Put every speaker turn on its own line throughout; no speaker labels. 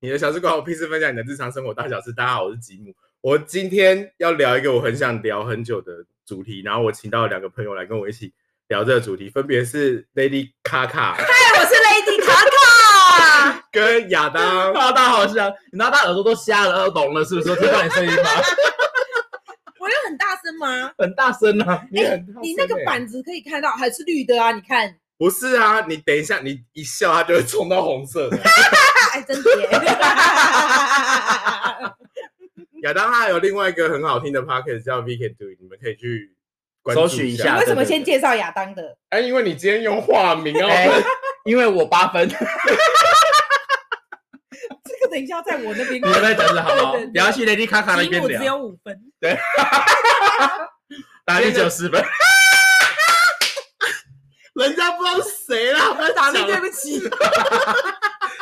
你的小事关我屁事，分享你的日常生活大小事。大家好，我是吉姆。我今天要聊一个我很想聊很久的主题，然后我请到两个朋友来跟我一起聊这个主题，分别是 Lady 卡卡
嗨，我是 Lady 卡卡。
跟亚当。
大家好香，你拿大耳朵都瞎了，耳聋了，是不是？我听到你声 音吗？
我有很大声吗？
很大声啊！
你很大声欸
你那个板子可以看到，还是绿的啊？你看，
不是啊？你等一下，你一笑，它就会冲到红 色的。
哎，真的耶。
亚当他还有另外一个很好听的 podcast 叫 We Can Do，It，你们可以去关注
搜寻一
你
下
为什么先介绍亚当的？
哎，因为你今天用化名啊，
哎
我们
因为我八 分，
这个等一下在我那边。
你们在讲什么好不好？
对对对
不要去 Lady 卡卡那
吉
边
姆只
聊，
有五分，
打你九十分。
人家不知道是谁啦，不要
打
讲
你
了
对不起。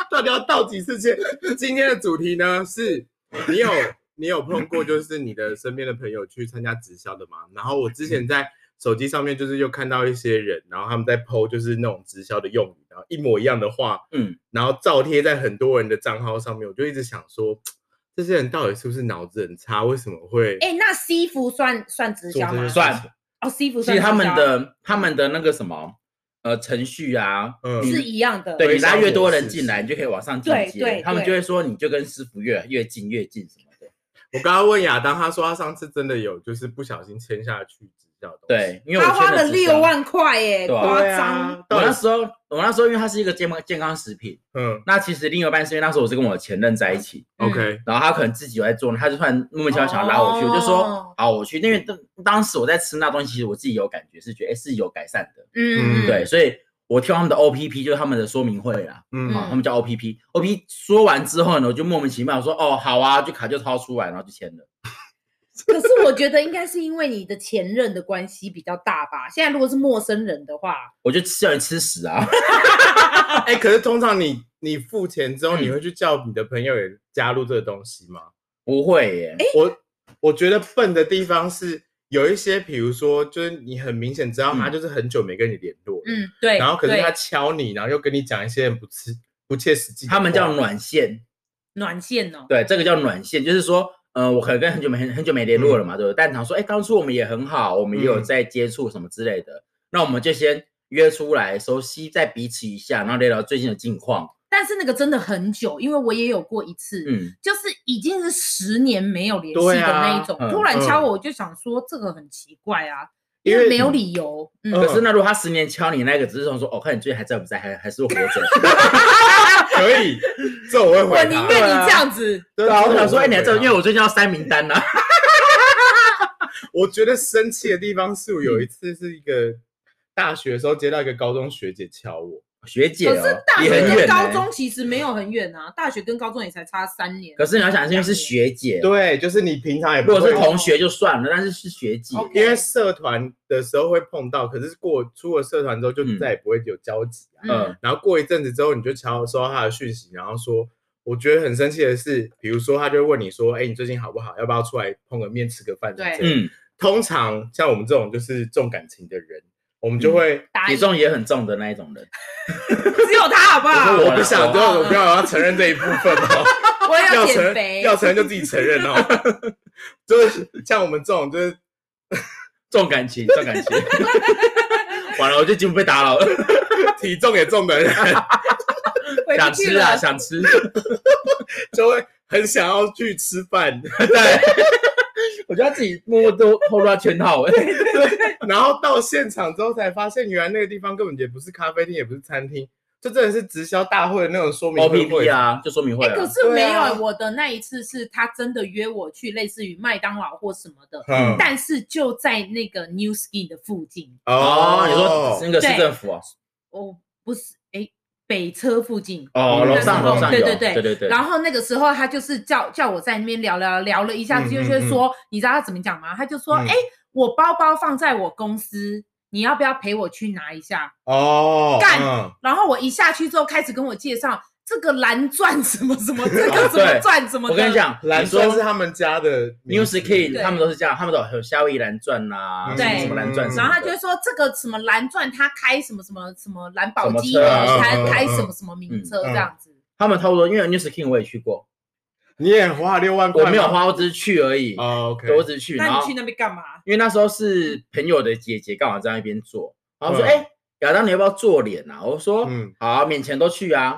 到底要道几次歉？今天的主题呢是，你有你有碰过就是你的身边的朋友去参加直销的吗？然后我之前在手机上面就是又看到一些人，然后他们在 PO 就是那种直销的用语，然后一模一样的话，
嗯，
然后照贴在很多人的账号上面，我就一直想说，这些人到底是不是脑子很差？为什么会
哎，那西服算算直
做
销
这
吗
些？
算
哦，西服
其
算
实
直销
他们的他们的那个什么呃程序啊，
嗯
是一样的。
对你
微商
拉越多
模式
人进来，你就可以往上进
对对
阶，他们就会说你就跟师傅越越近越近什么的。
我刚刚问亚当，他说他上次真的有就是不小心签下去直销的东西，
对，因为我
他花
签
了
直销
六。万块耶，
对啊
夸
对
张。
啊，
我
到
那
底是
时候，我那时候因为它是一个健康健康食品，
嗯
那其实另外一半是因为那时候我是跟我前任在一起，
嗯
，OK，
然后他可能自己有在做，他就突然莫名其妙想要拉我去，我就
哦
说好我去，因为当当时我在吃那东西，其实我自己有感觉是觉得哎是有改善的，
嗯，
对，所以我听他们的 O P P 就是他们的说明会啦，
嗯
啊，他们叫 O P P，O P 说完之后呢，我就莫名其妙说哦好啊，就卡就掏出来，然后就签了，
可是我觉得应该是因为你的前任的关系比较大吧。现在如果是陌生人的话，
我就叫你吃屎啊，
哎、可是通常你你付钱之后，
嗯
你会去叫你的朋友也加入这个东西吗？
不会
哎
耶，
我我觉得笨的地方是有一些，比如说就是你很明显知道他
嗯
就是很久没跟你联络了，
嗯，对。
然后可是
对
他敲你，然后又跟你讲一些很不切不切实际的话，
他们叫暖线，
暖线哦，
对，这个叫暖线，就是说，呃，我可能跟很久没很很久没联络了嘛，对不对？但常说，哎，当初我们也很好，我们也有
嗯
在接触什么之类的，那我们就先约出来熟悉再彼此一下，然后聊聊最近的近况。
但是那个真的很久，因为我也有过一次，
嗯，
就是已经是十年没有联系
对
的
啊
那一种，
嗯
突然敲
嗯
我，我就想说这个很奇怪啊，
因
因为
为
没有理由，嗯，
嗯
可是那如果他十年敲你那个，只是想说，哦，看你最近还在不在，还还是活着。
可以，这我会
我
回
宁
答。
愿你
对啊
这样子，
对
对啊，我想说，哎，你还在，因 为
我
我最近要塞名单啊啦、
我觉得生气的地方是我
嗯
有一次是一个大学的时候接到一个高中学姐敲我，
学姐、
可
哦，
是大
也
学
很
跟
远、欸
高中。其实没有很远啊，大学跟高中也才差三年，
可是你要想，因为是
两年
学姐，，
对，就是你平常也不
如果是
会
同学就算了，但是是学姐，
OK
因为社团的时候会碰到，可是过出了社团之后就
嗯
再也不会有交集啊。
嗯
嗯，
然后过一阵子之后，你就悄悄收到他的讯息，然后说，我觉得很生气的是，比如说他就会问你说，哎、你最近好不好？要不要出来碰个面吃个饭？
对
嗯，
嗯，
通常像我们这种就是重感情的人，我们就会，
答
体
应
重也很重的那一种人。
只有他好不
我
好？
说我不
啦
想
我
知道，我
嗯
不要我要承认这一部分哦，
我
要
要减
承
肥，
要承认就自己承认哦， 就是像我们这种就是
重感情，重感情。 完了，我就几乎被打扰了。
体重也重的人，
回
想
不去
吃
了。
啊，想 吃。
就会很想要去吃饭。
对，我觉得他自己默默都透露到圈哎套了。
然后到现场之后才发现，原来那个地方根本也不是咖啡厅，也不是餐厅，就真的是直销大会的那种说明
O
会
P
会
P，啊，就说明会
哎、可
啊。
是没有、
对啊
我的那一次是他真的约我去类似于麦当劳或什么的，
嗯，
但是就在那个 New Ski 的附近，
哦，你说那个市政府哦？
哦，不是，哎、北车附近。
哦，楼上楼上有。
对对对
对对对。
然后那个时候他就是叫叫我在那边聊聊聊了一下，
嗯
就
嗯
是说，你知道他怎么讲吗？他就说，
嗯
哎、我包包放在我公司，你要不要陪我去拿一下？
哦，
干
嗯
然后我一下去之后开始跟我介绍这个蓝钻什么什么，这个什么
对
钻什么的。
我跟你讲，
蓝
你说
钻是他们家的名
News
字
King，
对
他们都是这样，他们都有夏威夷蓝钻啦，
嗯
什么什么蓝钻
对
什么的。
然后他就会说这个什么蓝钻，他开什么什么什么蓝宝
什么
基，
车啊
他
嗯嗯
开
嗯
什么什么名车
嗯
这样子。
他们差不多，因为 News King 我也去过，
你也花了六万块
我
吗，
没有花，我只是去而已，
哦，OK，
对我只是去，然
那
后
你去那边干嘛？
因为那时候是朋友的姐姐刚好在那边做，然后说：“
嗯
哎、亚当，你要不要做脸啊？”我说：“
嗯
好啊、免钱都 去啊。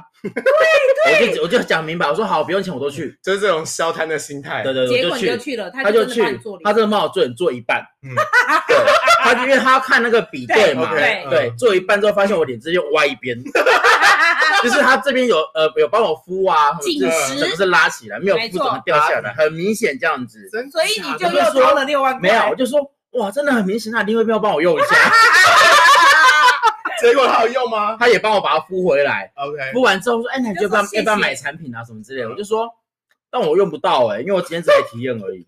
我就我就讲明白，我说：“好，不用钱我都去。
就是这种消摊的心态。
对对
结
对，
果
我
你就
去。
去了，
他
就真的
去
帮你做，
他
脸，
真的帮我做脸做一 半，
嗯
对，他就因为他要看那个比对嘛，
对
对，
嗯
做一半之后发现我脸直接歪 一边，就是他这边有呃有帮我敷啊，
紧
实
整个是拉起来，没有
没
敷
错
整个掉下来，很明显这样子。
真
所以你就
假的
又掏了六万块。
没有，我就说哇，真的很明显，那林慧妙帮我用一下，
结果他有用吗
他也帮我把它敷回来。
？OK，
敷完之后说，哎，那你
就
要不要
说谢谢
要不要买产品啊什么之类的？我就说，但我用不到哎、因为我今天只来体验而已。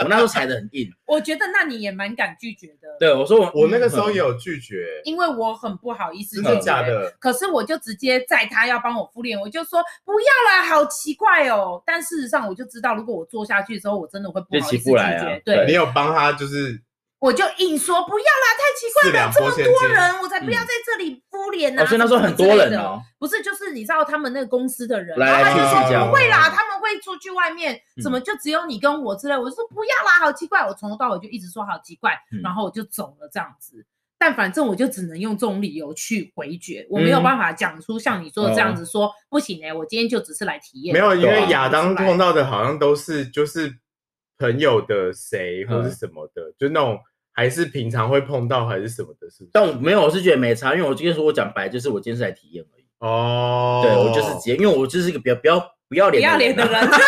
我那时候踩得很硬，
我觉得那你也蛮敢拒绝的，
对我说我
我那个时候也
嗯
有拒绝，
因为我很不好意思
真
拒
的
绝。
假的？
可是我就直接在他要帮我敷脸，我就说不要啦，好奇怪哦。但事实上我就知道，如果我做下去之后，我真的会不好意思
就起
拒
不来啊
绝。
对
你有帮他就是
我就硬说不要啦，太奇
四
怪了，
两
这
拨
么
千
多
斤
人，我才不要在这里敷脸啊呢、
嗯哦，所以那时候很多人，哦，
不是，就是你知道他们那个公司的人，
来
然
来
后
去
啊
他
去这
就说
样
不。会啦，他们会出去外面，
嗯
怎么就只有你跟我之类？我就说不要啦，好奇怪，我从头到尾就一直说好奇怪，
嗯
然后我就走了这样子。但反正我就只能用这种理由去回绝，我没有
嗯哦
办法讲出像你说的这样子说，不行哎、我今天就只是来体验。
没有，因
对
为
啊
亚当
通
碰到的好像都是就是朋友的谁
嗯
或是什么的，就那种还是平常会碰到还是什么的，是不是？
但我没有，我是觉得没差，因为我今天说我讲白，就是我今天是来体验而已。
哦，
对我就是直接，因为我就是一个比较不要不要
不
脸
要脸
人啊
的人，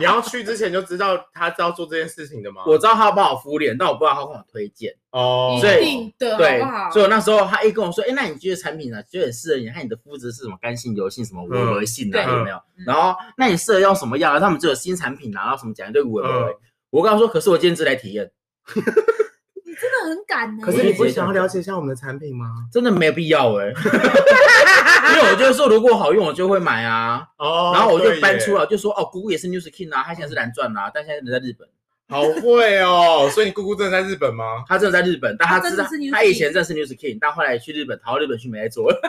你要去之前就知道他知道做这件事情的吗？
我知道他帮我敷脸，但我不知道他帮我推荐。
哦，
所
一
以
定的
对，
好不好
所？以我那时候他一跟我说，哎、那你觉得产品呢、就很适合你，看你的肤质是什么干性、油性、什么微
嗯
微性啊，
对
有没有
嗯？
然后那你适合用什么药啊？他们只有新产品啊，然后什么讲一堆微微。
嗯
我跟他说，可是我今天只来体验，
你真的很欸敢呢、
可是你
我就直
不
接
想要
想
了解一下我们的产品吗？
真的没有必要 哎、因为我就是说，如果好用，我就会买啊。
哦
然后我就
对
搬
耶
出来，我就说，哦，姑姑也是 News King 啊，她现在是蓝钻啦、但现在人在日本，
好会哦，所以你姑姑真的在日本吗？
她真的在日本，但她
她真
知
的
道
是 News
她以
King
前真的是 News King，但后来去日本逃到日本去没在做了。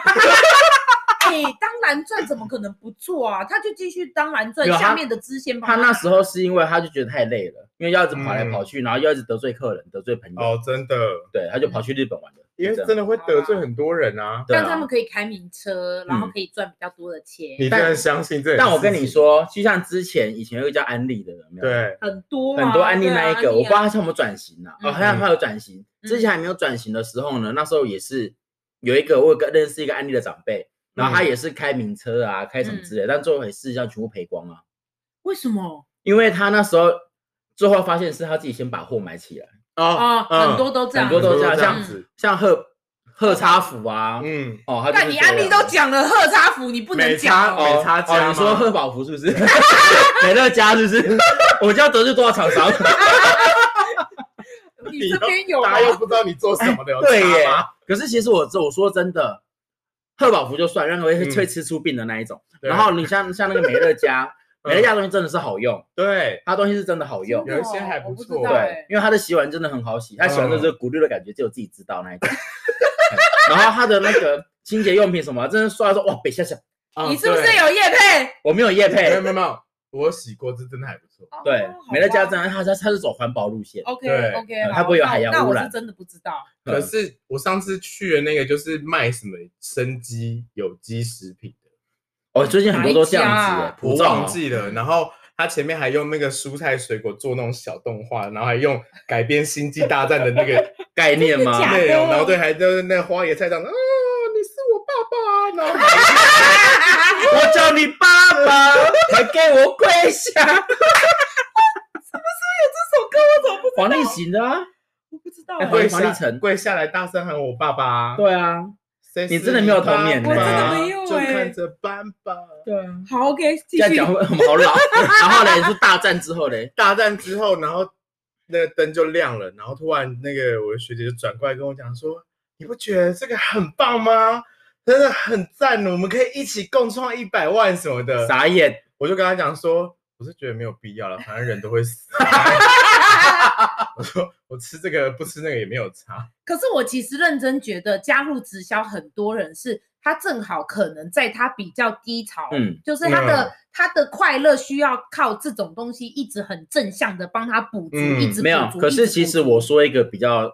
哎、当蓝钻怎么可能不做啊？他就继续当蓝钻
没有他
下面的支线帮
他那时候是因为他就觉得太累了，因为要一直跑来跑去，然后要一直得罪客人、得罪朋友，
嗯哦，真的，
对，他就跑去日本玩了。
因为
就这
真
样
的会得罪很多人啊。
对
让
啊
他们可以开名车，然后
嗯
可以赚比较多的钱，
你真的相信这？
但我跟你，说，就像之前以前有一个叫安利的，有没有？，
对，
很多啊
很多安利
对啊
那一
安
个，我不
啊
知道他有没有转型啊。
嗯
哦，好像他有转型。
嗯
之前还没有转型的时候呢，那时候也是有一个我有个认识一个安利的长辈，然
嗯
后他也是开名车啊，开
嗯
什么之类的，但最后也事实上全部赔光啊，
为什么
因为他那时候最后发现是他自己先把货买起来，
啊？
嗯
很多都这样，
哦很多都
这
这
样
样，
嗯
像像贺
哦
贺差福啊，
嗯，
哦，他
但
就是
你
这
安利
样
都讲了，贺差福你不
没
能
差
讲
哦
哦。
美差家吗
哦，你说贺宝福是不是？美乐家是不是？ 我就要得罪多少厂商？哦
你这边有
大
吗
家？又不知道你做什么的，有
哎对
差
耶
吗。
可是其实我我说真的，贺宝福就算，让我会
嗯
会吃出病的那一种。
对
然后你像像那个美乐家，
嗯
美乐家的东西真的是好用，
对，
它东西是真的好用。
有一些还不错
我知道
对
哎，
因为它的洗碗真的很好洗，它洗完之后就是咕噜的感觉，只有自己知道那一种。 嗯然后它的那个清洁用品什么，真的刷的时候哇，北下下，
啊
你是不是
对
有叶配？
我没有夜
没有
配。
没有没有，我洗过，这真的还不错。
对
哦，
美乐
好
家。
吧
真的，它它它是走环保路线。
OK
对
OK，
嗯它不会有海洋
那
污
我
染
是真的不知 道。
嗯
可是我上次去的那个就是卖什么生机有机食品的，
哦，最近很多都这样
哪
子
一家
欸
啊，
普
我
照
忘
哦
记了。然后他前面还用那个蔬菜水果做那种小动画，然后还用改编《星际大战》的那个
概念吗？
假的
内容，然后对，还就是那个花椰菜这样子，啊，你是我爸爸，然后
我叫你爸爸，还给我跪下。
这首歌我怎么不
黄立行的啊，
我不知道
哎
哎？
跪
黄立
下
成
跪下来大声喊我爸爸。
对啊，
谁是
你真的没有童年
爸爸
我真的没有
就
欸
看着办吧。
对啊，
好 OK，继
这样
续。
讲会我们好 老。然后嘞，是大战之后嘞，
大战之后，然后那个灯就亮了，然后突然那个我的学姐就转过来跟我讲说：“你不觉得这个很棒吗？真的很赞，我们可以一起共创一百万什么
呃
的。
傻眼，”
我就跟她讲说：“我是觉得没有必要了，反正人都会 死。”我说：“我吃这个不吃那个也没有差。
可是我其实认真觉得加入直销，很多人是他正好可能在他比较低潮，
嗯，
就是他的、
嗯
他的快乐需要靠这种东西一直很正向的帮他补足，
嗯
一直
没有
补。足
可
一
是
直
其
补
实
足
我说一个比较，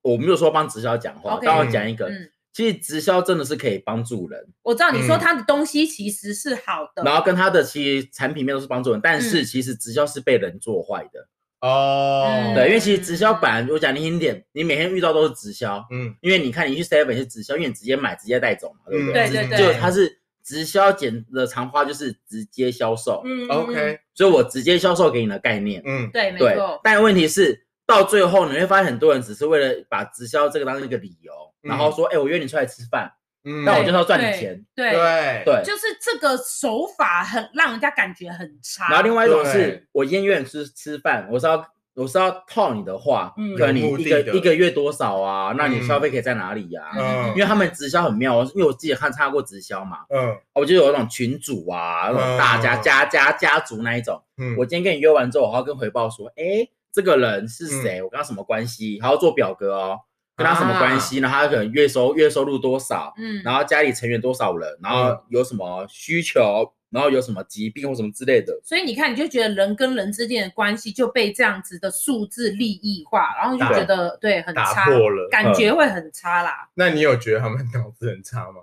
我没有说帮直销讲话，
OK
但我讲一个，
哦嗯，
其实直销真的是可以帮助人，
我知道你说
嗯
他的东西其实是好的，
然后跟他的其实产品面都是帮助人，但
嗯
是其实直销是被人做坏的，
哦，
对，因为其实直销
嗯
本来我讲你听点，你每天遇到都是直销，
嗯，
因为你看你去 seven 是直销，因为你直接买直接带走嘛，对不
嗯
对？
对对
直
对
就它是直销简的长话就是直接销售，
嗯嗯嗯
OK，
所以我直接销售给你的概念，
嗯
对，没
对
错。，
但问题是。到最后你会发现，很多人只是为了把直销这个当成一个理由，然后
嗯
说：“哎、我约你出来吃饭，
嗯，
那我就是要赚
对
你钱。
对
对
对，
就是这个手法很让人家感觉很差。
然后另外一种
对
是我今天约你吃吃饭，我是要我是要套你的话，
嗯
可能
有
你
目
一
的
个
的
一个月多少啊？那你
嗯
消费可以在哪里呀、
嗯
因为他们直销很妙，哦，因为我自己也看参加过直销嘛，
嗯
哦我就有那种群主啊，那种大家
嗯
家家家族那一种。
嗯，
我今天跟你约完之后，我还要跟回报说，哎，这个人是
嗯
谁？我跟他什么关系？还要做表格哦，跟他什么关
啊
系？然后他可能月收月收入多少？
嗯，
然后家里成员多少人？然
嗯
后有什么需求？然后有什么疾病或什么之类的？
所以你看，你就觉得人跟人之间的关系就被这样子的数字利益化，然后你就
打
觉得对很
打
差，
破了。嗯
感觉会很差啦。
那你有觉得他们脑子很差吗？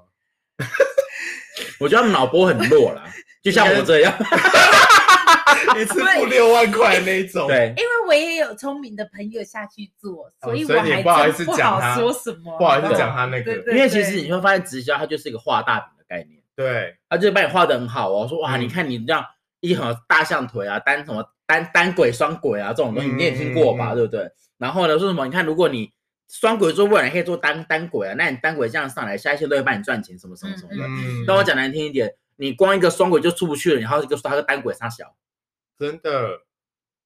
我觉得他们脑波很弱啦，就像我 这样。
一次付六万块那种，，
对，
因为我也有聪明的朋友下去做，所以
哦所以
我
你
还
不好意
真
思
不
讲
好
他
说什么，
不好意思
对
讲他那
对
个，嗯
对
因为其实你会发现直销它就是一个画大饼的概念，
对，
它啊就是把你画的很好哦，说哇，
嗯
你看你这样一什么大象腿啊，单什么单单轨、双轨啊这种东西，
嗯
你也听过吧，
嗯嗯
对不对？然后呢，说什么？你看，如果你双轨做不了，你可以做单单轨啊，那你单轨这样上来，下一线都会帮你赚钱，什么什么什么的。
嗯
那我讲难听一点，你光一个双轨就出不去了，然后一个刷个单轨差小。
真的，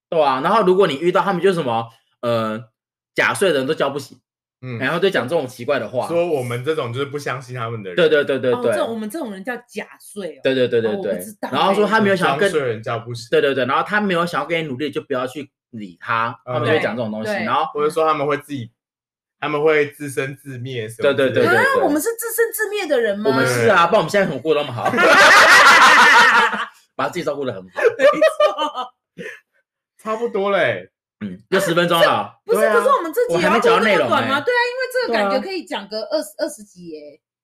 对啊，然后如果你遇到他们就是什么呃假睡的人都叫不醒，
嗯，
然后就讲这种奇怪的话，
说我们这种就是不相信他们的人，
对对对对
哦，这种我
对，
们这种人叫假睡哦。
对对对
哦
对
我不
对
知道，
然后说
欸
他没有想要
装
跟，
嗯睡人家不行，
对对对，然后他没有想要跟你努力，就不要去理他，
啊
他们就会讲这种东西，
嗯对
然后
或者说他们会自己，他们会自生自灭什么
对
之类
对
的，
对对
啊，
对，
我们是自生自灭的人吗？
我们是啊，不然我们现在怎么过得那么好， 把自己照顾的很好，
差不多嘞，
嗯，就十分钟了，
不是
对啊
不是我们自己
我还
要
没
录
讲到
这
内
么
容
短吗？
欸
对啊，因为这个感觉
对啊
可以讲个二十二十集耶。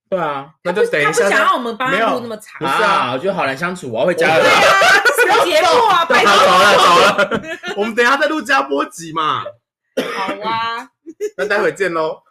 对啊，
那就等
他
一
不想
下
让我们帮
没
他
有
录那么长
不是啊
啊，我觉得好难相处，我要回家
我
了，
对
这是节目啊，拜
哎 好
托。
走了走了。
再，我们等一下再录加波集嘛，
好啊。
那待会见喽。